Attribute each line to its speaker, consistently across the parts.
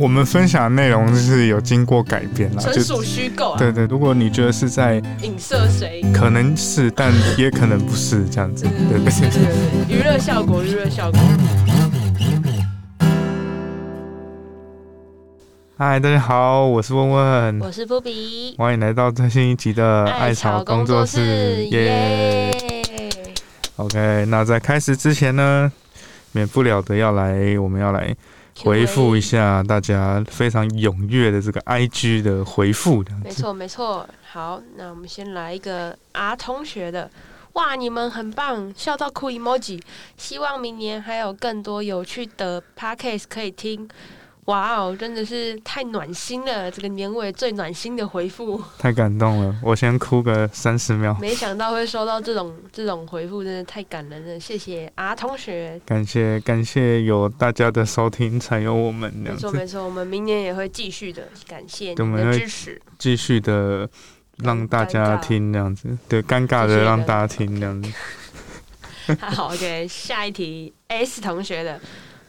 Speaker 1: 我们分享的内容就是有经过改编啦，
Speaker 2: 纯
Speaker 1: 就
Speaker 2: 属虚构啊，
Speaker 1: 对对，如果你觉得是在，
Speaker 2: 影射谁？
Speaker 1: 可能是，但也可能不是这样子，
Speaker 2: 对
Speaker 1: 对
Speaker 2: 对
Speaker 1: 对嗯
Speaker 2: 对
Speaker 1: 对。
Speaker 2: 对对，娱乐效果，娱乐效果。
Speaker 1: 嗨，大家好，我是问问，
Speaker 2: 我是波比，
Speaker 1: 欢迎来到最新一集的呃艾草工作室，耶、！OK，那在开始之前呢，免不了的要来，我们要来回复一，下大家非常踊跃的这个 IG 的回复，这样
Speaker 2: 没
Speaker 1: 子。
Speaker 2: 错没错。好，那我们先来一个 R 同学的。哇，你们很棒，笑到哭 emoji。希望明年还有更多有趣的 podcast 可以听。哇哦，真的是太暖心了！这个年尾最暖心的回复，
Speaker 1: 太感动了，我先哭个三十秒。
Speaker 2: 没想到会收到这种这种回复，真的太感人了。谢谢 R 同学，
Speaker 1: 感谢感谢有大家的收听，才有我们这
Speaker 2: 没
Speaker 1: 样
Speaker 2: 错
Speaker 1: 子
Speaker 2: 没错，我们明年也会继续的，感谢
Speaker 1: 对我
Speaker 2: 您
Speaker 1: 们
Speaker 2: 的
Speaker 1: 会
Speaker 2: 支持。
Speaker 1: 继续的让大家听这样子，对，尴尬
Speaker 2: 谢谢
Speaker 1: 的让大家听这样子。
Speaker 2: 好，OK，下一题 S 同学的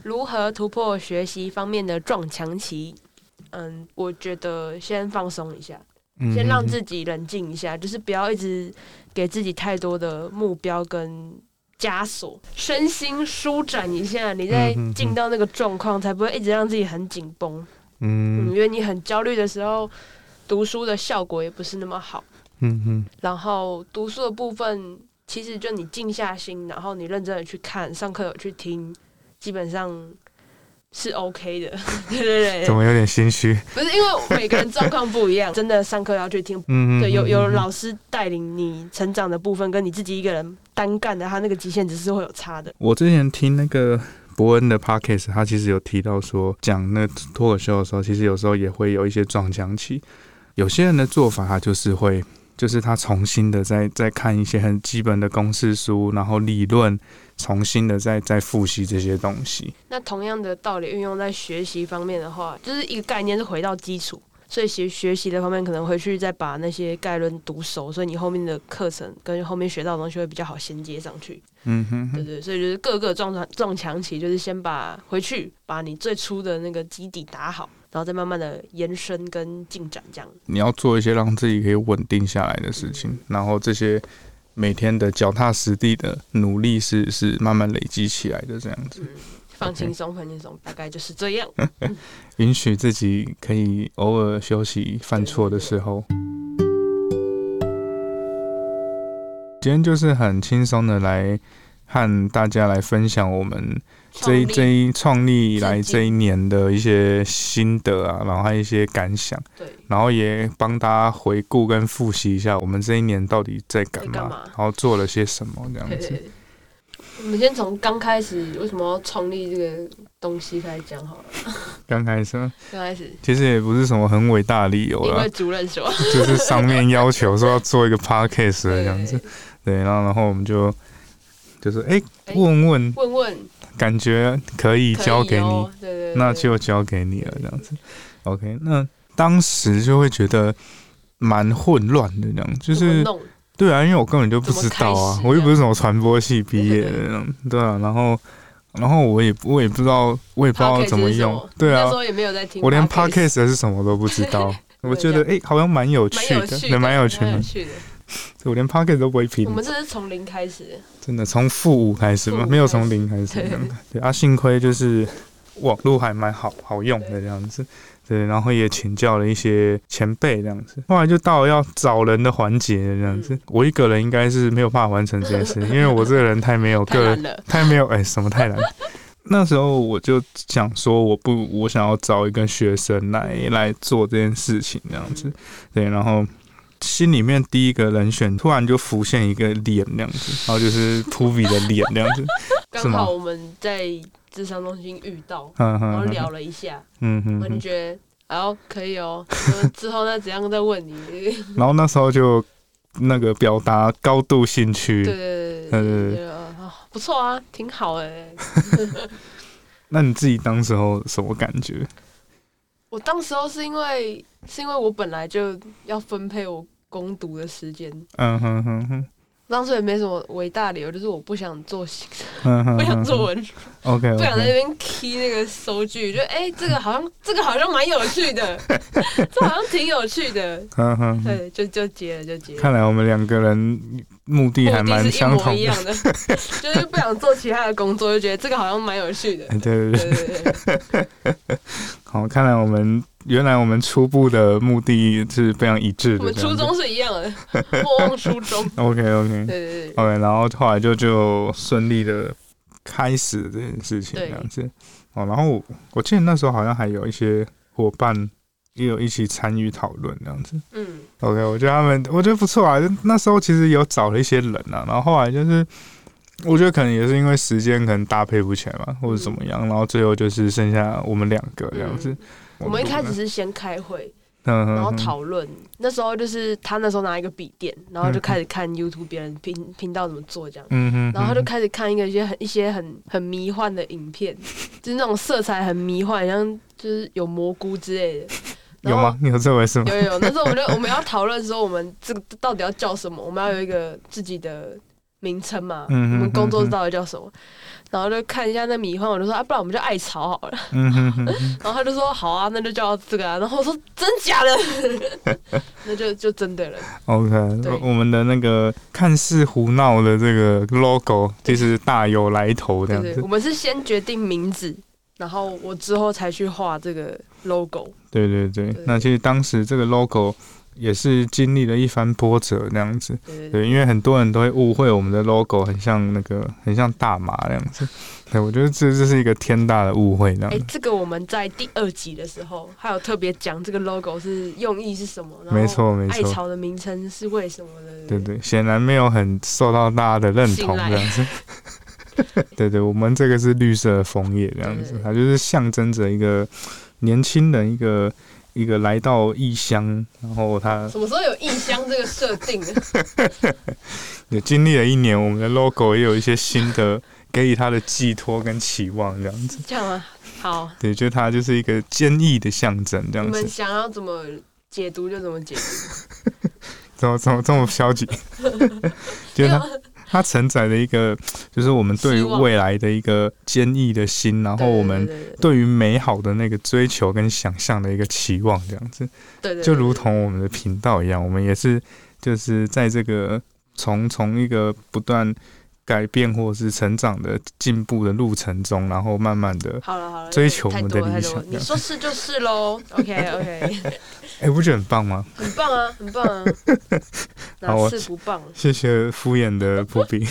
Speaker 2: 如何突破学习方面的撞墙期？嗯，我觉得先放松一下，
Speaker 1: 嗯
Speaker 2: 先让自己冷静一下，就是不要一直给自己太多的目标跟枷锁，身心舒展一下，你再
Speaker 1: 嗯嗯嗯
Speaker 2: 进到那个状况，才不会一直让自己很紧绷。嗯，
Speaker 1: 嗯
Speaker 2: 因为你很焦虑的时候，读书的效果也不是那么好。
Speaker 1: 嗯嗯
Speaker 2: 然后读书的部分，其实就你静下心，然后你认真的去看，上课有去听，基本上是 OK 的。 对对
Speaker 1: 嗯，怎
Speaker 2: 对，
Speaker 1: 么有点心虚？
Speaker 2: 不是因为每个人状况不一样，真的上课要去听。
Speaker 1: 嗯，
Speaker 2: 对，有有
Speaker 1: 老
Speaker 2: 老师带领你成长的部分，跟你自己一个人单干的，他那个极限值是会有差的。
Speaker 1: 我之前听那个伯恩的 podcast，他其实有提到说，讲那脱口秀的时候，其实有时候也会有一些撞墙期。有些人的做法，他就是会，就是他重新的再再看一些很基本的公式书，然后理论，重新的再再复习这些东西。
Speaker 2: 那同样的道理运用在学习方面的话，就是一个概念是回到基础，所以学学习的方面可能回去再把那些概论读熟，所以你后面的课程跟后面学到的东西会比较好衔接上去。
Speaker 1: 嗯哼
Speaker 2: 对
Speaker 1: 哼，
Speaker 2: 对，所以就是各个撞墙撞墙期，就是先把回去把你最初的那个基底打好，然后再慢慢的延伸跟进展这样。
Speaker 1: 你要做一些让自己可以稳定下来的事情，然后这些每天的脚踏实地的努力是是慢慢累积起来的，这样子。
Speaker 2: 放轻松，放轻松，大概就是这 样。
Speaker 1: 允许自己可以偶尔休息、犯错的时候。今天就是很轻松的来和大家来分享我们这一这
Speaker 2: 创立
Speaker 1: 一创立以来
Speaker 2: 致敬
Speaker 1: 这一年的一些心得啊，然后还有一些感想，
Speaker 2: 对，
Speaker 1: 然后也帮大家回顾跟复习一下我们这一年到底在干
Speaker 2: 在
Speaker 1: 嘛，
Speaker 2: 干嘛
Speaker 1: 然后做了些什么这样
Speaker 2: 对对
Speaker 1: 子。
Speaker 2: 对。我们先从刚开始为什么要创立这个东西开始讲好了。
Speaker 1: 刚开始
Speaker 2: 刚开始
Speaker 1: 其实也不是什么很伟大的理由
Speaker 2: 因
Speaker 1: 啦
Speaker 2: 为，主任说，
Speaker 1: 就是上面要求说要做一个 podcast 的这样子。对，然后然后我们就就是哎、诶
Speaker 2: 诶
Speaker 1: 问问，
Speaker 2: 问问
Speaker 1: 感觉可以
Speaker 2: 可以
Speaker 1: 交给你，
Speaker 2: 哦对对对，
Speaker 1: 那
Speaker 2: 对
Speaker 1: 就交给你了这样子。OK，那当时就会觉得蛮混乱的这样，就
Speaker 2: 怎么
Speaker 1: 是
Speaker 2: 弄
Speaker 1: 对啊，因为我根本就不知道
Speaker 2: 怎么开始
Speaker 1: 啊
Speaker 2: 这，样
Speaker 1: 我又不是什么传播系毕业的那种，对啊，然后然后我也我也不知道，我也不知道
Speaker 2: Podcast
Speaker 1: 怎么
Speaker 2: 是什
Speaker 1: 用，对
Speaker 2: 那
Speaker 1: 啊
Speaker 2: 时，候也没有在听，
Speaker 1: 我连 podcast 是什么都不知 道。我觉得哎、诶好像蛮有
Speaker 2: 蛮
Speaker 1: 趣
Speaker 2: 有
Speaker 1: 的，
Speaker 2: 趣
Speaker 1: 对
Speaker 2: 的，
Speaker 1: 蛮有趣
Speaker 2: 蛮
Speaker 1: 的
Speaker 2: 有。趣的。
Speaker 1: 我连 podcast 都不会拼
Speaker 2: 我，们这是从零开始，
Speaker 1: 真的从负五开始
Speaker 2: 负
Speaker 1: 吗？
Speaker 2: 五
Speaker 1: 没有
Speaker 2: 开
Speaker 1: 从
Speaker 2: 始
Speaker 1: 零开始
Speaker 2: 对
Speaker 1: 这样的。对啊，幸亏就是网络还蛮好好用的这样子。对，然后也请教了一些前辈这样子。后来就到了要找人的环节了这样子。
Speaker 2: 嗯
Speaker 1: 我一个人应该是没有办法完成这件事，因为我这个人太没有
Speaker 2: 太
Speaker 1: 个人
Speaker 2: 难了。
Speaker 1: 太没有哎、什么太难？ 那时候我就想说，我不，我想要找一个学生来来做这件事情，这样子
Speaker 2: 嗯，
Speaker 1: 对。然后心里面第一个人选突然就浮现一个脸，这样子，然后就是 Puvi 的脸，这样子， 是
Speaker 2: 刚
Speaker 1: 吗
Speaker 2: 好我们在智商中心遇到，
Speaker 1: 嗯
Speaker 2: 然后
Speaker 1: 哼
Speaker 2: 聊
Speaker 1: 哼，
Speaker 2: 了一下，
Speaker 1: 嗯
Speaker 2: 然
Speaker 1: 哼
Speaker 2: 后就
Speaker 1: 哼。
Speaker 2: 觉得。然后可以哦，我们之后那怎样再问你？
Speaker 1: 然后那时候就那个表达高度兴
Speaker 2: 对
Speaker 1: 趣，
Speaker 2: 对对
Speaker 1: 呃
Speaker 2: 对对，哦不错啊，挺好哎。
Speaker 1: 那你自己当时候什么感觉？
Speaker 2: 我当时候是因为是因为我本来就要分配我攻读的时间，
Speaker 1: 嗯哼哼哼，
Speaker 2: 当时也没什么伟大理由，就是我不想做行政，
Speaker 1: 不
Speaker 2: 不 想做
Speaker 1: 嗯
Speaker 2: 文书，
Speaker 1: OK
Speaker 2: 不想在那
Speaker 1: OK，
Speaker 2: 边 key 那个收据，就哎、这个好像这个好像蛮有趣的， 这好像挺有趣的，
Speaker 1: 嗯哼，
Speaker 2: 对，就就接了就接了。
Speaker 1: 看来我们两个人目的还蛮相
Speaker 2: 目的是
Speaker 1: 同
Speaker 2: 一模一
Speaker 1: 的。
Speaker 2: 样的， 就是不想做其他的工作，就觉得这个好像蛮有 趣的。
Speaker 1: 哎对对
Speaker 2: 对
Speaker 1: 对，
Speaker 2: 对对对，
Speaker 1: 好，看来我们原来我们初步的目的是非常一致的
Speaker 2: 我们
Speaker 1: 这
Speaker 2: 初
Speaker 1: 样子。
Speaker 2: 衷是一样 的，莫忘初衷。
Speaker 1: OK OK
Speaker 2: 对对对，
Speaker 1: OK，然后后来就就顺利的开始这件事情
Speaker 2: 对
Speaker 1: 这样子。哦，然后我我记得那时候好像还有一些伙伴也有一起参与讨论这样子。
Speaker 2: 嗯，
Speaker 1: OK，我觉得他们我觉得不错啊。就那时候其实有找了一些人啊，然后后来就是我觉得可能也是因为时间可能搭配不起来嘛，或者怎么样，然后最后就是剩下我们两个这样子
Speaker 2: 嗯。我们一开始是先开会，
Speaker 1: 嗯，嗯
Speaker 2: 然后
Speaker 1: 嗯
Speaker 2: 讨论。那时候就是他那时候拿一个笔电，然后就开始看 YouTube 别人频频道怎么做这样。
Speaker 1: 嗯哼，
Speaker 2: 然后他就
Speaker 1: 嗯
Speaker 2: 开始看一个一些很一些很很迷幻的 影片，就是那种色彩很迷幻，像就是有蘑菇之类的。然
Speaker 1: 有
Speaker 2: 后
Speaker 1: 吗？有这回事吗
Speaker 2: 有？有有，那时候我们就我 们要讨论说我们这个到底要叫什么，我们要有一个自己的名称嘛，
Speaker 1: 嗯哼
Speaker 2: 我们工作
Speaker 1: 嗯哼
Speaker 2: 到底叫什么，然后就看一下那米饭，我就说啊，不然我们就爱潮好 了，
Speaker 1: 嗯哼哼 哼，
Speaker 2: 然后他就说好啊，那就叫这个啊，然后我说真假的， 那就就真的了，
Speaker 1: OK，
Speaker 2: 对
Speaker 1: 我我们的那个看似胡闹的这个 logo，其
Speaker 2: 对
Speaker 1: 实大有来头这
Speaker 2: 对
Speaker 1: 样
Speaker 2: 对，
Speaker 1: 子
Speaker 2: 我。们是先决定名字，然后我之后才去画这个 logo，
Speaker 1: 对对对
Speaker 2: 对，
Speaker 1: 那其实当时这个 logo 也是经历了一番波折这样子。
Speaker 2: 对对对。
Speaker 1: 对，因为很多人都会误会我们的 logo 很像那个，很像大麻那样子。对，我觉得这这是一个天大的误会，这样
Speaker 2: 哎
Speaker 1: 子。，
Speaker 2: 这个我们在第二集的时候还有特别讲这个 logo 是用意是什么，然后
Speaker 1: 没错，没
Speaker 2: 爱
Speaker 1: 错。
Speaker 2: 潮的名称是为什么的？
Speaker 1: 对对，显然没有很受到大家的认同
Speaker 2: 信赖
Speaker 1: 这样 子。对对，我们这个是绿色的枫叶这样子
Speaker 2: 对，
Speaker 1: 它就是象征着一个年轻人，一个一个来到异乡，然后他
Speaker 2: 什么时候有异乡这个设定？
Speaker 1: 也经历了一年，我们的 logo 也有一些新的给予他的寄托跟期望这样子。
Speaker 2: 这样吗？好，
Speaker 1: 对，就它就是一个坚毅的象征这
Speaker 2: 你
Speaker 1: 样子
Speaker 2: 们。想要怎么解读就怎么解读。
Speaker 1: 怎么怎么这么消 极？就是它它承载了一个，就是我们对于
Speaker 2: 希望
Speaker 1: 未来的一个坚毅的心，然后我们
Speaker 2: 对对
Speaker 1: 对于美好的那个追求跟想象的一个期望，这样子，
Speaker 2: 对对，
Speaker 1: 就如同我们的频道一样，我们也是就是在这个从从一个不断改变或是成长的进步的路程中，然后慢慢的，
Speaker 2: 好了好了，
Speaker 1: 追求我
Speaker 2: 太
Speaker 1: 们
Speaker 2: 多
Speaker 1: 的
Speaker 2: 了太
Speaker 1: 理
Speaker 2: 多
Speaker 1: 想
Speaker 2: 了。你说是就是喽。OK OK，
Speaker 1: 哎、不觉得很棒吗？
Speaker 2: 很棒啊，很棒啊，
Speaker 1: 好
Speaker 2: 哪
Speaker 1: 我
Speaker 2: 次不棒？
Speaker 1: 谢谢敷衍的波 比。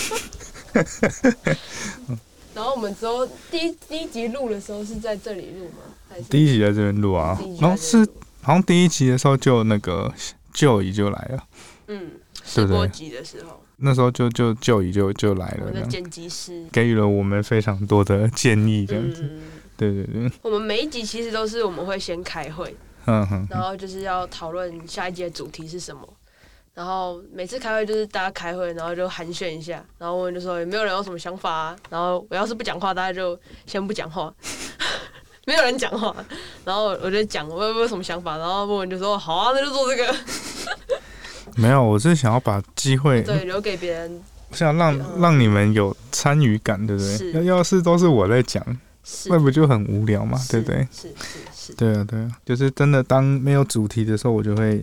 Speaker 2: 然后我们之后第一第一集录的时候是在这里录吗？还是
Speaker 1: 第一集在这边录 啊
Speaker 2: 第一，集在这里录
Speaker 1: 然后是好像第一集的时候就那个舅姨就来了，
Speaker 2: 嗯
Speaker 1: 对
Speaker 2: 试
Speaker 1: 不对
Speaker 2: 播集的时候，
Speaker 1: 那时候就就舅姨就就来
Speaker 2: 我
Speaker 1: 了，这
Speaker 2: 们的
Speaker 1: 样
Speaker 2: 剪辑师。
Speaker 1: 给予了我们非常多的建议，这样子。
Speaker 2: 嗯，
Speaker 1: 对对对，
Speaker 2: 我们每一集其实都是我们会先开会，
Speaker 1: 嗯哼，
Speaker 2: 然后就是要讨论下一集的主题是什么。然后每次开会就是大家开会，然后就寒暄一下，然后我们就说有欸没有人有什么想法、啊。然后我要是不讲话，大家就先不讲话， 没有人讲话。然后我就讲我有没有什么想法，然后文文就说好啊，那就做这个，
Speaker 1: 没有，我是想要把机会，
Speaker 2: 哦对，留给别人
Speaker 1: 我想让
Speaker 2: 嗯
Speaker 1: 让你们有参与感，对不对？
Speaker 2: 是
Speaker 1: 要要是都是我在讲，
Speaker 2: 是
Speaker 1: 那不就很无聊嘛，对不对？？
Speaker 2: 是是是是，
Speaker 1: 对啊，对啊，就是真的，当没有主题的时候，我就会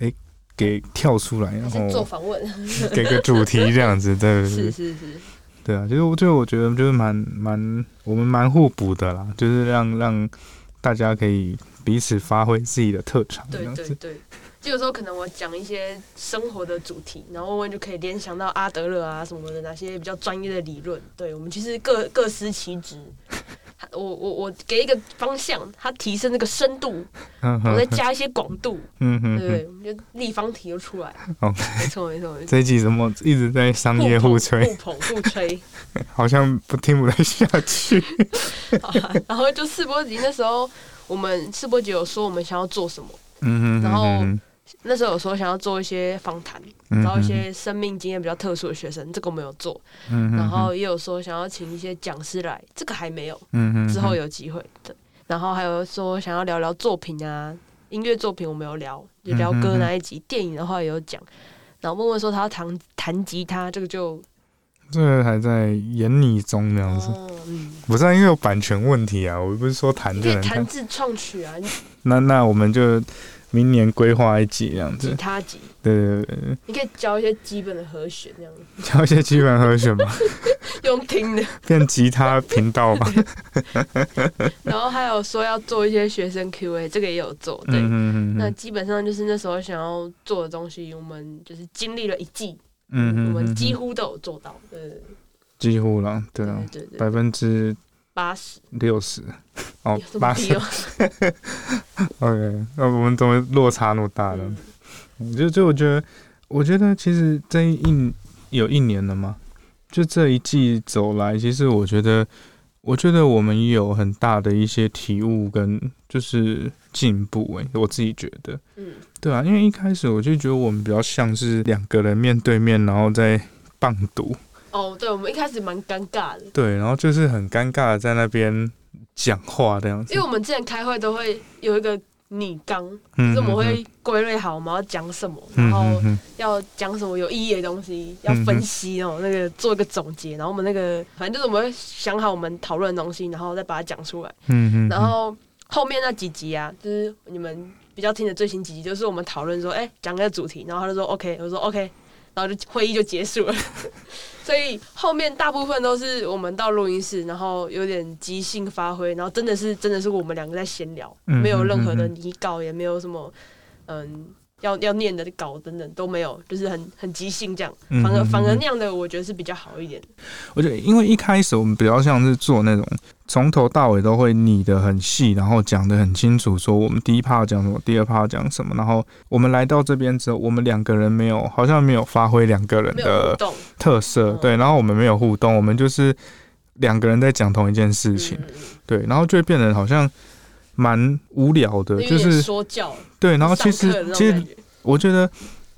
Speaker 1: 哎给跳出来，然
Speaker 2: 还是做
Speaker 1: 后
Speaker 2: 访问，
Speaker 1: 给个主题这样子，对对对
Speaker 2: 是。是是，
Speaker 1: 对啊，就是我就我觉得就是蛮蛮我们蛮互补的啦，就是让让大家可以彼此发挥自己的特长这
Speaker 2: 对
Speaker 1: 样
Speaker 2: 对
Speaker 1: 子。
Speaker 2: 对。就有时候可能我讲一些生活的主题，然后文文就可以联想到阿德勒啊什么的哪些比较专业的理论。对我们其实各各司其职。 我我我给一个方向，它提升那个 深度，
Speaker 1: 嗯
Speaker 2: 我再
Speaker 1: 哼，
Speaker 2: 加一些广度，
Speaker 1: 嗯
Speaker 2: 对
Speaker 1: 哼
Speaker 2: 不
Speaker 1: 哼，
Speaker 2: 对？我们就立方体就出来。
Speaker 1: OK
Speaker 2: 没错没错没错。
Speaker 1: 这一集怎么一直在商业互吹，
Speaker 2: 互捧互吹，
Speaker 1: 好像不听不太下去。
Speaker 2: 好啊然后就世波集那时候，我们世波集有说我们想要做什么，
Speaker 1: 嗯哼哼哼，
Speaker 2: 然后那时候有说想要做一些访谈，
Speaker 1: 嗯哼哼
Speaker 2: 然后一些生命经验比较特殊的学生，这个我们有做，
Speaker 1: 嗯哼哼
Speaker 2: 然后也有说想要请一些讲师来，这个还没有，
Speaker 1: 嗯哼哼
Speaker 2: 之后有机会的。然后还有说想要聊聊作品啊，音乐作品我们有聊，就聊歌那一集，电影的话也有讲。然后默默说他要弹弹吉他，这个就
Speaker 1: 这个还在演你中那样子，
Speaker 2: 哦，嗯，
Speaker 1: 不是、啊、因为有版权问题啊，我不是说弹
Speaker 2: 你
Speaker 1: 就
Speaker 2: 可以
Speaker 1: 能
Speaker 2: 弹
Speaker 1: 弹，
Speaker 2: 自创曲啊，
Speaker 1: 那那我们就明年规划一集这样
Speaker 2: 吉
Speaker 1: 子，
Speaker 2: 他集，
Speaker 1: 对对对对，
Speaker 2: 你可以教一些基本的和弦，这样子
Speaker 1: 教一些基本和弦嘛，
Speaker 2: 用听 的。
Speaker 1: 变吉他频道吧，
Speaker 2: 然后还有说要做一些学生 Q&A，这个也有做，对。
Speaker 1: 嗯嗯
Speaker 2: 那
Speaker 1: 嗯
Speaker 2: 基本上就是那时候想要做的东西，我们就是经历了一季，
Speaker 1: 嗯嗯，
Speaker 2: 我
Speaker 1: 嗯
Speaker 2: 们
Speaker 1: 嗯
Speaker 2: 几乎都有做到，对对
Speaker 1: 几乎了，对啊
Speaker 2: 对，对对，
Speaker 1: 百分之
Speaker 2: 八十
Speaker 1: 六十，哦
Speaker 2: 有这，么
Speaker 1: 八
Speaker 2: 低
Speaker 1: 十
Speaker 2: 哦，
Speaker 1: ，OK，那我们怎么落差那么大呢？
Speaker 2: 嗯
Speaker 1: 就就我觉得，我觉得其实这一有一年了嘛，就这一季走来，其实我觉得，我觉得我们有很大的一些体悟跟就是进步、欸，我自己觉得，
Speaker 2: 嗯，
Speaker 1: 对啊，因为一开始我就觉得我们比较像是两个人面对面，然后在棒读，
Speaker 2: 哦，对，我们一开始蛮尴尬的，
Speaker 1: 对，然后就是很尴尬的在那边讲话这样子
Speaker 2: 因为，我们之前开会都会有一个拟纲，就
Speaker 1: 嗯
Speaker 2: 是我们
Speaker 1: 嗯
Speaker 2: 会归类好我们要讲什么，然
Speaker 1: 嗯
Speaker 2: 后
Speaker 1: 嗯嗯
Speaker 2: 要讲什么有意义的东西，要分析哦，那个做一个总结，然后我们那个反正就是我们会想好我们讨论的东西，然后再把它讲出来。
Speaker 1: 嗯嗯，
Speaker 2: 然后后面那几集啊，就是你们比较听的最新几集，就是我们讨论说，哎、讲个主题，然后他就说 OK，我说 OK，然后就会议就结束了。 所以后面大部分都是我们到录音室，然后有点即兴发挥，然后真的是真的是我们两个在闲聊，
Speaker 1: 嗯
Speaker 2: 没有任何的
Speaker 1: 嗯嗯
Speaker 2: 拟稿，也没有什么嗯要要念的稿等等都没有，就是很很即兴这样。
Speaker 1: 嗯
Speaker 2: 反而
Speaker 1: 嗯
Speaker 2: 反而
Speaker 1: 嗯
Speaker 2: 那样的，我觉得是比较好一点。
Speaker 1: 我觉得，因为一开始我们比较像是做那种从头到尾都会拟得很细，然后讲得很清楚，说我们第一趴要讲什么，第二趴要讲什么。然后我们来到这边之后，我们两个人没有，好像没有发挥两个人
Speaker 2: 没有互
Speaker 1: 的
Speaker 2: 动，
Speaker 1: 特色，
Speaker 2: 嗯
Speaker 1: 对。然后我们没有互动，我们就是两个人在讲同一件事情，
Speaker 2: 嗯
Speaker 1: 对。然后就会变得好像蛮无聊的，
Speaker 2: 有
Speaker 1: 就
Speaker 2: 点
Speaker 1: 是
Speaker 2: 说教，
Speaker 1: 对。然后其
Speaker 2: 上课
Speaker 1: 实
Speaker 2: 的那种
Speaker 1: 其实
Speaker 2: 感觉
Speaker 1: 我觉得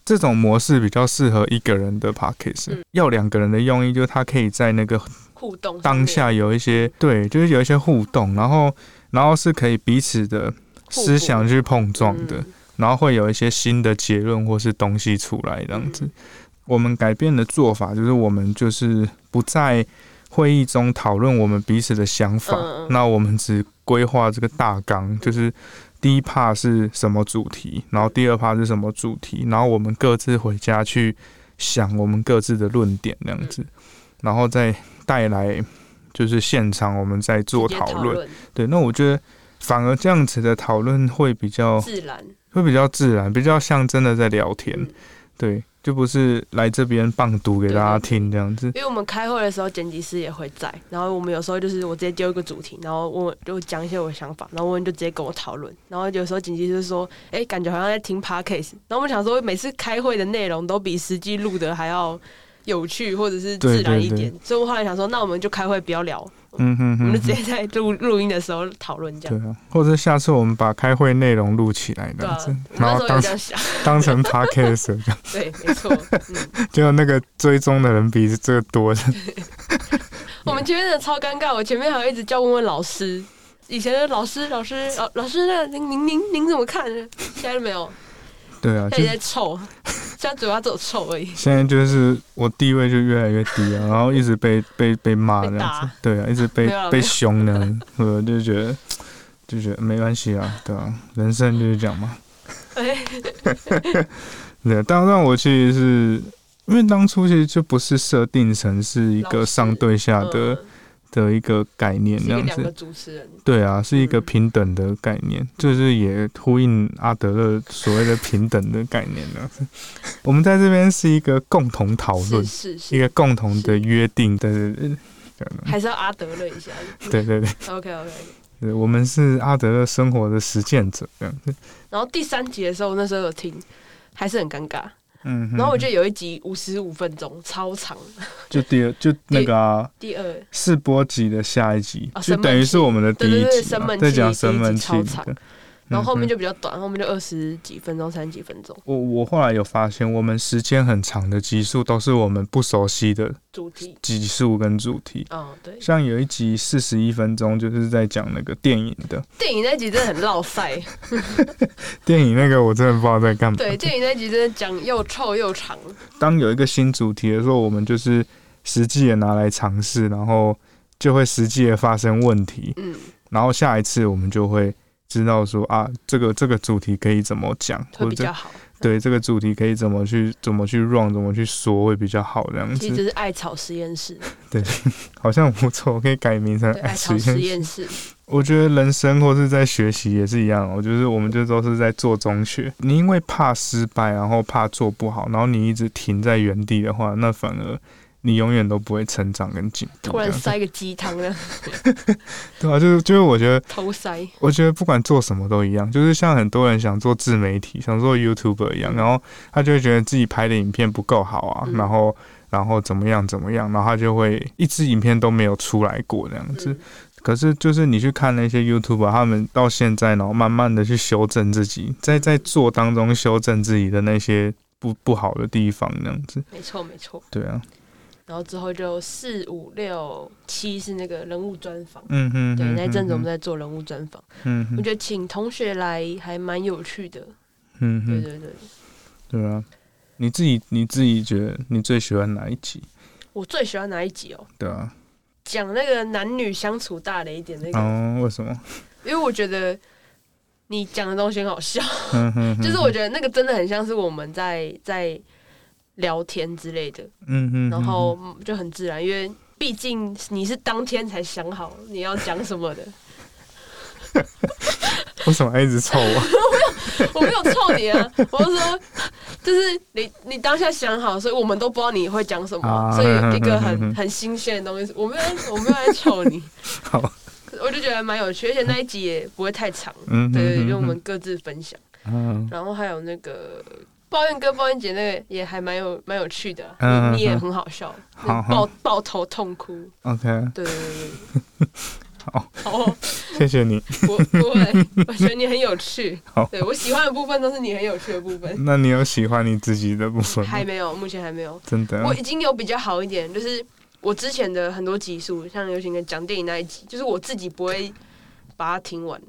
Speaker 1: 这种模式比较适合一个人的 p a c k a g e
Speaker 2: 嗯
Speaker 1: 要两个人的用意就是他可以在那个
Speaker 2: 互动上
Speaker 1: 当
Speaker 2: 面
Speaker 1: 下有一些对，就是有一些互动，然后然后是可以彼此的
Speaker 2: 互补
Speaker 1: 思想去碰撞的，
Speaker 2: 嗯
Speaker 1: 然后会有一些新的结论或是东西出来这样子。
Speaker 2: 嗯
Speaker 1: 我们改变的做法就是，我们就是不在会议中讨论我们彼此的想法，
Speaker 2: 嗯嗯嗯
Speaker 1: 那我们只规划这个大纲，就是。第一 part 是什么主题，然后第二 part 是什么主题，然后我们各自回家去想我们各自的论点那样子，
Speaker 2: 嗯
Speaker 1: 然后再带来就是现场我们再做
Speaker 2: 直接
Speaker 1: 讨论。，对，那我觉得反而这样子的讨论会比较
Speaker 2: 自然，
Speaker 1: 会比较自然，比较像真的在聊天，
Speaker 2: 嗯
Speaker 1: 对，就不是来这边棒读给大家
Speaker 2: 对对对
Speaker 1: 听这样子。
Speaker 2: 因为我们开会的时候，剪辑师也会在，然后我们有时候就是我直接丢一个主题，然后我就讲一些我的想法，然后我们就直接跟我讨论，然后有时候剪辑师说，哎、感觉好像在听 podcast，然后我们想说，每次开会的内容都比实际录的还要有趣或者是自然一
Speaker 1: 对
Speaker 2: 点，
Speaker 1: 对
Speaker 2: 所以我后来想说，那我们就开会不要聊，
Speaker 1: 嗯哼
Speaker 2: 啊我
Speaker 1: 哼
Speaker 2: 们就
Speaker 1: 哼
Speaker 2: 直接在录录音的时候讨论这
Speaker 1: 对
Speaker 2: 样。
Speaker 1: 啊，或者下次我们把开会内容录起来这
Speaker 2: 对
Speaker 1: 样
Speaker 2: 啊，
Speaker 1: 子，
Speaker 2: 我那
Speaker 1: 然
Speaker 2: 时
Speaker 1: 后
Speaker 2: 候有
Speaker 1: 当
Speaker 2: 这样想，
Speaker 1: 当成 podcast，这样
Speaker 2: 对，没错，嗯。
Speaker 1: 结果那个追踪的人比这个多。
Speaker 2: 我们前面真的超尴尬，我前面还一直叫问问老师，以前的老师老师老老师那您您您您怎么看？现在都没有，
Speaker 1: 对啊，就
Speaker 2: 现在也
Speaker 1: 是
Speaker 2: 在臭，现在嘴巴只有臭而 已。
Speaker 1: 现在就是我地位就越来越低啊，然后一直被被被骂这
Speaker 2: 被
Speaker 1: 样
Speaker 2: 打
Speaker 1: 子，对啊，一直被
Speaker 2: 没有啦
Speaker 1: 被
Speaker 2: 没有
Speaker 1: 凶呢，我就觉得就觉得没关系啊，对啊，人生就是这样嘛。
Speaker 2: 哎，
Speaker 1: 对，当然我其实是因为当初其实就不是设定成是一
Speaker 2: 老
Speaker 1: 个
Speaker 2: 师
Speaker 1: 上对下的、
Speaker 2: 嗯
Speaker 1: 的一个概念这
Speaker 2: 哎哦是一个
Speaker 1: 样
Speaker 2: 两个
Speaker 1: 子，
Speaker 2: 主持人，
Speaker 1: 对啊，是一个
Speaker 2: 嗯
Speaker 1: 平等的概念，就是也呼应阿德勒所谓的平等的概念呢。 我们在这边是一个共同讨论
Speaker 2: 是，是
Speaker 1: 一
Speaker 2: 是，
Speaker 1: 个共同的约定，对对对
Speaker 2: 还是要阿德勒一下。
Speaker 1: 对对对
Speaker 2: ，OK OK。
Speaker 1: 对，我们是阿德勒生活的实践者，这样子，
Speaker 2: 然后第三集的时候，那时候有听，还是很尴尬。
Speaker 1: 嗯哼，
Speaker 2: 然后我觉得有一集五十五分钟，超长。
Speaker 1: 就第二就那个啊。
Speaker 2: 第二，
Speaker 1: 试播集的下一集，
Speaker 2: 哦
Speaker 1: 就等于是我们的第一
Speaker 2: 对对对
Speaker 1: 集、
Speaker 2: 生
Speaker 1: 啊，
Speaker 2: 闷气
Speaker 1: 在讲生闷气
Speaker 2: 第一集超长
Speaker 1: 的。
Speaker 2: 然后后面
Speaker 1: 嗯
Speaker 2: 就比较短，后面就二十几分钟、三十几分钟
Speaker 1: 我我后来有发现，我们时间很长的集数都是我们不熟悉的
Speaker 2: 主题。
Speaker 1: 集数跟主题。
Speaker 2: 哦，对，
Speaker 1: 像有一集四十一分钟，就是在讲那个电影的
Speaker 2: 电影那集真的很落塞。
Speaker 1: 电影，那个我真的不知道在干嘛。
Speaker 2: 对，电影那集真的讲又臭又长。
Speaker 1: 当有一个新主题的时候，我们就是实际的拿来尝试，然后就会实际的发生问题，
Speaker 2: 嗯，
Speaker 1: 然后下一次我们就会知道说啊，这个这个主题可以怎么讲，
Speaker 2: 会
Speaker 1: 或
Speaker 2: 比较
Speaker 1: 者
Speaker 2: 好。
Speaker 1: 对这个主题可以怎么去怎么去 run，怎么去说会比较好这样
Speaker 2: 其实就
Speaker 1: 子。
Speaker 2: 是艾草实 验室，
Speaker 1: 好像不错，我可以改名成
Speaker 2: 对，
Speaker 1: 爱
Speaker 2: 艾草
Speaker 1: 实
Speaker 2: 实
Speaker 1: 验嗯
Speaker 2: 验室，
Speaker 1: 我觉得人生或是在学习也是一样哦，就是我们就都是在做中学。你因为怕失败，然后怕做不好，然后你一直停在原地的话，那反而你永远都不会成长跟进步。
Speaker 2: 突然
Speaker 1: 这样
Speaker 2: 塞个鸡汤呢，
Speaker 1: 对啊，就是就是我觉得，
Speaker 2: 偷塞。
Speaker 1: 我觉得不管做什么都一样，就是像很多人想做自媒体，想做 YouTuber 一样，
Speaker 2: 嗯
Speaker 1: 然后他就会觉得自己拍的影片不够好啊，
Speaker 2: 嗯
Speaker 1: 然后然后怎么样怎么样，然后他就会一支影片都没有出来过这样子。
Speaker 2: 嗯，
Speaker 1: 可是就是你去看那些 YouTube，他们到现在，然后慢慢的去修正自己，在
Speaker 2: 嗯
Speaker 1: 在做当中修正自己的那些不不好的地方，那样子。
Speaker 2: 没错没错。
Speaker 1: 对啊，
Speaker 2: 然后之后就四五六七是那个人物专访。
Speaker 1: 嗯哼，
Speaker 2: 对，那一阵子我们
Speaker 1: 在，
Speaker 2: 在做人物专访，
Speaker 1: 嗯
Speaker 2: 我
Speaker 1: 哼，
Speaker 2: 觉得请同学来还蛮有趣的。
Speaker 1: 嗯
Speaker 2: 对
Speaker 1: 哼，
Speaker 2: 对对，
Speaker 1: 对啊。你自己你自己觉得你最喜欢哪一集？
Speaker 2: 我最喜欢哪一集哦？
Speaker 1: 对啊，
Speaker 2: 讲那个男女相处大雷一点那个，
Speaker 1: 哦，为什么？
Speaker 2: 因为我觉得你讲的东西很好笑，
Speaker 1: 嗯哼，
Speaker 2: 就是我觉得那个真的很像是我们在在聊天之类的，
Speaker 1: 嗯哼，
Speaker 2: 然后就很自然，因为毕竟你是当天才想好你要讲什么的，
Speaker 1: 为什么还一直臭我？
Speaker 2: 我没有臭你啊，我是说，就是你你当下想好，所以我们都不知道你会讲什么，
Speaker 1: 啊
Speaker 2: 所以一个
Speaker 1: 嗯嗯嗯嗯
Speaker 2: 很很新鲜的东西，我没有在我没有在臭你，
Speaker 1: 好，
Speaker 2: 我就觉得蛮有趣，而且那一集也不会太长，
Speaker 1: 嗯，
Speaker 2: 对对对，就我们各自分享，
Speaker 1: 嗯
Speaker 2: 然后还有那个。抱怨哥、抱怨姐那个也还蛮有蛮有趣的啊，
Speaker 1: 嗯嗯嗯
Speaker 2: 你你也很好笑，
Speaker 1: 好
Speaker 2: 抱抱头痛哭，
Speaker 1: ，OK，
Speaker 2: 对对对对，
Speaker 1: 好，
Speaker 2: 好哦，
Speaker 1: 谢谢你。
Speaker 2: 不不会，我觉得你很有趣
Speaker 1: 好，
Speaker 2: 对我喜欢的部分都是你很有趣的部分，
Speaker 1: 那你有喜欢你自己的部分吗
Speaker 2: 还？没有，目前还没有。
Speaker 1: 真的啊，
Speaker 2: 我已经有比较好一点，就是我之前的很多集数，像流行的讲电影那一集，就是我自己不会把它听完，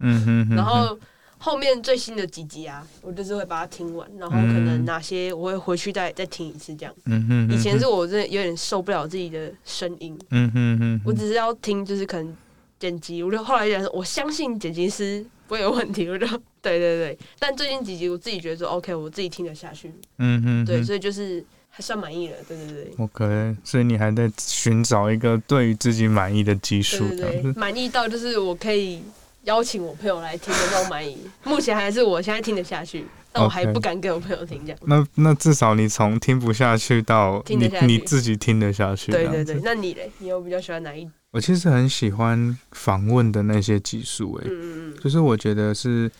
Speaker 1: 嗯哼哼，
Speaker 2: 然后后面最新的几集啊，我就是会把它听完，然后可能哪些我会回去再再听一次这样。
Speaker 1: 嗯哼，
Speaker 2: 以前是我真的有点受不了自己的声音，
Speaker 1: 嗯哼哼，
Speaker 2: 我只是要听，就是可能剪辑，我就后来就想说，我相信剪辑师不会有问题，我就对对对。但最近几集我自己觉得说 OK，我自己听得下去，
Speaker 1: 嗯哼，
Speaker 2: 对，所以就是还算满意了，对对对。
Speaker 1: 我可能，所以你还在寻找一个对于自己满意的基数
Speaker 2: 对
Speaker 1: 这
Speaker 2: 对
Speaker 1: 样
Speaker 2: 对，
Speaker 1: 子。
Speaker 2: 满意到就是我可以邀请我朋友来听的那种满意。目前还是我现在听得下去，但我还
Speaker 1: OK
Speaker 2: 不敢给我朋友听这样。
Speaker 1: 那那至少你从听不下去到
Speaker 2: 听得
Speaker 1: 你
Speaker 2: 下去
Speaker 1: 你自己听得下去。
Speaker 2: 对
Speaker 1: 这
Speaker 2: 对
Speaker 1: 样子
Speaker 2: 对，那你嘞？你有比较喜欢哪一？
Speaker 1: 我其实很喜欢访问的那些技术，欸诶，
Speaker 2: 嗯嗯嗯，
Speaker 1: 就是我觉得是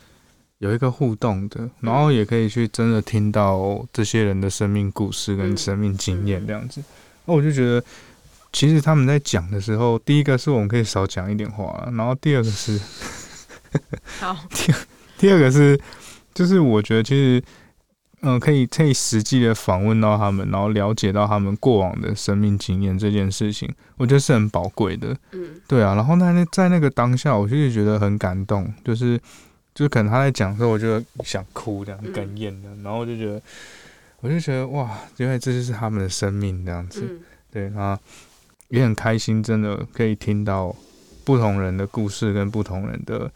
Speaker 1: 有一个互动的，然
Speaker 2: 嗯
Speaker 1: 后也可以去真的听到这些人的生命故事跟
Speaker 2: 嗯
Speaker 1: 生命经验这样子。那我就觉得，其实他们在讲的时候，第一个是我们可以少讲一点话啊，然后第二个是。
Speaker 2: 好，
Speaker 1: 第二个是，就是我觉得其实，嗯、可以可以实际的访问到他们，然后了解到他们过往的生命经验这件事情，我觉得是很宝贵的。
Speaker 2: 嗯
Speaker 1: 对啊，然后那那在那个当下，我就是觉得很感动，就是就是可能他在讲的时候，我就想哭这样，
Speaker 2: 嗯
Speaker 1: 哽咽的，然后我就觉得，我就觉得哇，原来这就是他们的生命这样子。
Speaker 2: 嗯
Speaker 1: 对啊，也很开心，真的可以听到不同人的故事跟不同人的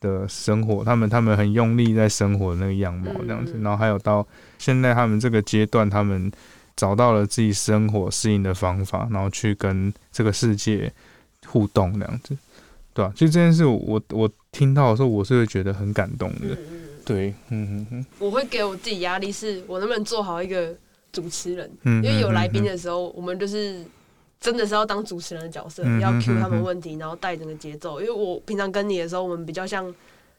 Speaker 1: 的生活，他们他们很用力在生活那个样貌这样子，
Speaker 2: 嗯嗯
Speaker 1: 然后还有到现在他们这个阶段，他们找到了自己生活适应的方法，然后去跟这个世界互动这样子，对啊，就这件事我，我我听到的时候，我是会觉得很感动的
Speaker 2: 嗯，嗯，
Speaker 1: 对，嗯嗯嗯
Speaker 2: 我会给我自己压力，是我能不能做好一个主持人？
Speaker 1: 嗯，
Speaker 2: 因为有来宾
Speaker 1: 嗯，
Speaker 2: 的时候，我们就是。真的是要当主持人的角色，
Speaker 1: 嗯
Speaker 2: 要
Speaker 1: 嗯
Speaker 2: cue 他们
Speaker 1: 嗯
Speaker 2: 问题，然后带整个节奏。因为我平常跟你的时候，我们比较像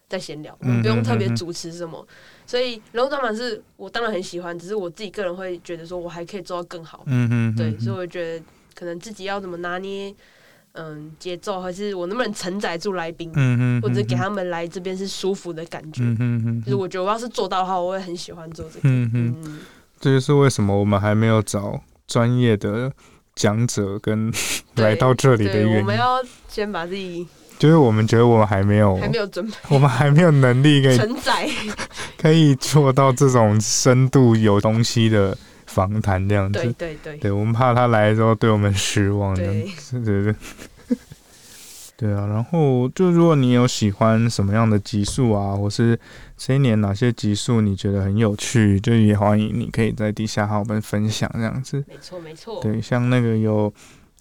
Speaker 2: 在闲聊，我
Speaker 1: 嗯
Speaker 2: 们不用特别
Speaker 1: 嗯嗯嗯
Speaker 2: 主持什么，所以人物专访是我当然很喜欢，只是我自己个人会觉得说我还可以做到更好，
Speaker 1: 嗯嗯，嗯
Speaker 2: 对，
Speaker 1: 嗯
Speaker 2: 所以我觉得可能自己要怎么拿捏嗯节奏，还是我能不能承载住来宾，
Speaker 1: 嗯嗯，
Speaker 2: 或者给他们来这边是舒服的感觉。
Speaker 1: 嗯嗯嗯，
Speaker 2: 就是我觉得我要是做到的话，我会很喜欢做这个。
Speaker 1: 嗯嗯，
Speaker 2: 嗯，
Speaker 1: 这就是为什么我们还没有找专业的讲者跟
Speaker 2: 对
Speaker 1: 来到这里的
Speaker 2: 对，我
Speaker 1: 原
Speaker 2: 们
Speaker 1: 因，哦
Speaker 2: 要先把自己
Speaker 1: 就是我们觉得我们还没有，
Speaker 2: 还没有准备
Speaker 1: 我们还没有能力可以
Speaker 2: 承载，
Speaker 1: 可以做到这种深度有东西的访谈这样
Speaker 2: 对
Speaker 1: 子。
Speaker 2: 对对
Speaker 1: 嗯对，我们怕他来之后对我们失望这样
Speaker 2: 对，
Speaker 1: 是对 对。对啊，然后就如果你有喜欢什么样的集数啊，或是这一年哪些集数你觉得很有趣，就也欢迎你可以在底下和我们分享这样子。
Speaker 2: 没错没错，
Speaker 1: 对，像那个有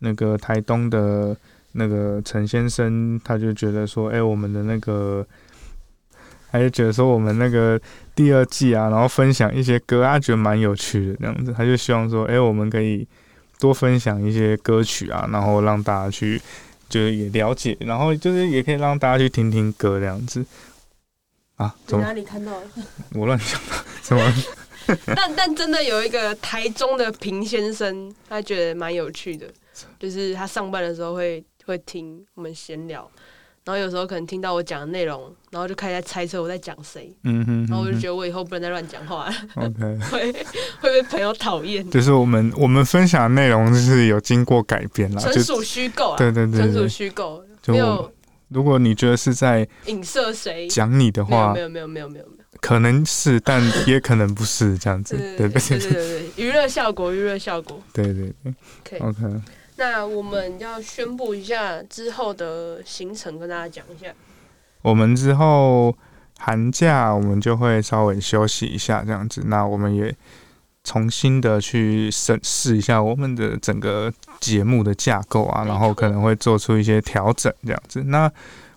Speaker 1: 那个台东的那个陈先生，他就觉得说，哎、我们的那个，他就觉得说我们那个第二季啊，然后分享一些歌，他觉得蛮有趣的这样子，他就希望说，哎、我们可以多分享一些歌曲啊，然后让大家去就是也了解，然后就是也可以让大家去听听歌这样子。啊，怎么
Speaker 2: 里看到的？
Speaker 1: 我乱想 的？怎么？
Speaker 2: 但但真的有一个台中的平先生，他觉得蛮有趣的，就是他上班的时候会会听我们闲聊，然后有时候可能听到我讲的内容，然后就开始在猜测我在讲谁，
Speaker 1: 嗯哼
Speaker 2: 然后哦我就觉
Speaker 1: 哼
Speaker 2: 得我以后不能再乱讲话了，
Speaker 1: 哼，OK。
Speaker 2: 会会被朋友讨厌，
Speaker 1: 就是我们我们分享的内容就是有经过改编啦，
Speaker 2: 纯
Speaker 1: 就
Speaker 2: 属虚构啊，
Speaker 1: 对对对
Speaker 2: 纯属
Speaker 1: 对。
Speaker 2: 虚构，
Speaker 1: 就
Speaker 2: 没有
Speaker 1: 如果你觉得是在
Speaker 2: 影射谁，
Speaker 1: 讲你的
Speaker 2: 没有
Speaker 1: 话
Speaker 2: 没，有没有没有没有没有，
Speaker 1: 可能是，但也可能不是这样子。对对
Speaker 2: 对
Speaker 1: 对
Speaker 2: 对对对，对娱乐效果娱乐效果
Speaker 1: 对对对
Speaker 2: 可以。
Speaker 1: ，OK。
Speaker 2: 那我们要宣布一下之后的行程，跟大家讲一下。
Speaker 1: 我们之后寒假我们就会稍微休息一下，这样子。那我们也重新的去审视一下我们的整个节目的架构啊，
Speaker 2: 没错
Speaker 1: 然后可能会做出一些调整，这样子。那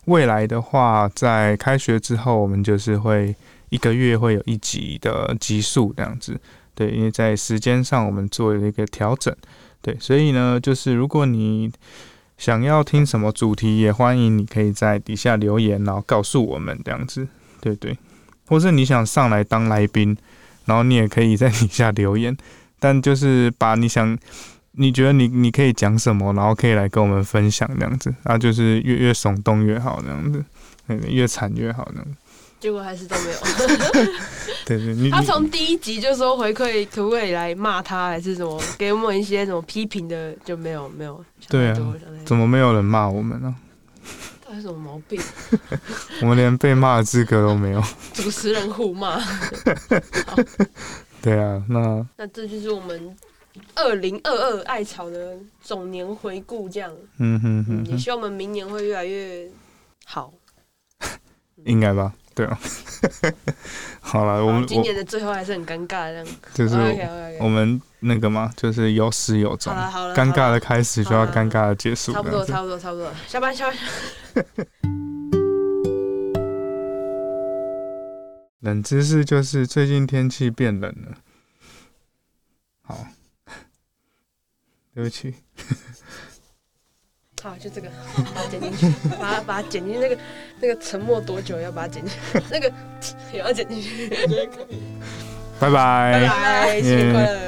Speaker 1: 未来的话，在开学之后，我们就是会一个月会有一集的集数这样子。对，因为在时间上我们做了一个调整。对，所以呢，就是如果你想要听什么主题，也欢迎你可以在底下留言，然后告诉我们这样子，对对，或是你想上来当来宾，然后你也可以在底下留言， 但就是把你想。你觉得你你可以讲什么，然后可以来跟我们分享这样子啊，就是越越耸动越好这样子，对对越惨越好这样子。
Speaker 2: 结果还是都没有。
Speaker 1: 对对， 你
Speaker 2: 他
Speaker 1: 你
Speaker 2: 从第一集就说回馈，可不可以来骂他，还是什么，给我们一些什么批评的，就没有没有。想
Speaker 1: 对啊
Speaker 2: 太多想太多
Speaker 1: 怎么没有人骂我们呢、
Speaker 2: 到底有什么毛病？
Speaker 1: 我们连被骂的资格都没 有。
Speaker 2: 主持人互骂。
Speaker 1: 对啊，那
Speaker 2: 那这就是我们二零二二爱草的总年回顾，这样。
Speaker 1: 嗯哼
Speaker 2: 嗯
Speaker 1: 哼，
Speaker 2: 也
Speaker 1: 哼，
Speaker 2: 希望我们明年会越来越好。
Speaker 1: 应该吧？对啊。 好了，我
Speaker 2: 好
Speaker 1: 们
Speaker 2: 今
Speaker 1: 我
Speaker 2: 年的最后还是很尴尬，这样。
Speaker 1: 就是我
Speaker 2: OK OK
Speaker 1: 我
Speaker 2: OK。
Speaker 1: 们那个嘛，就是有始有终
Speaker 2: 哦好，了好了，
Speaker 1: 尴
Speaker 2: 好了
Speaker 1: 尬的开始就要尴尬的结束，
Speaker 2: 差不
Speaker 1: 这
Speaker 2: 多，
Speaker 1: 样子
Speaker 2: 差不多，差不多，下班，下班。
Speaker 1: 冷知识就是最近天气变冷了。好， 对不起，
Speaker 2: 好，就这个，把它剪进去，把它把它剪进去那个那个沉默多久要把它剪进 去，那个也要剪进去。
Speaker 1: 拜哎
Speaker 2: 拜拜，新年快乐。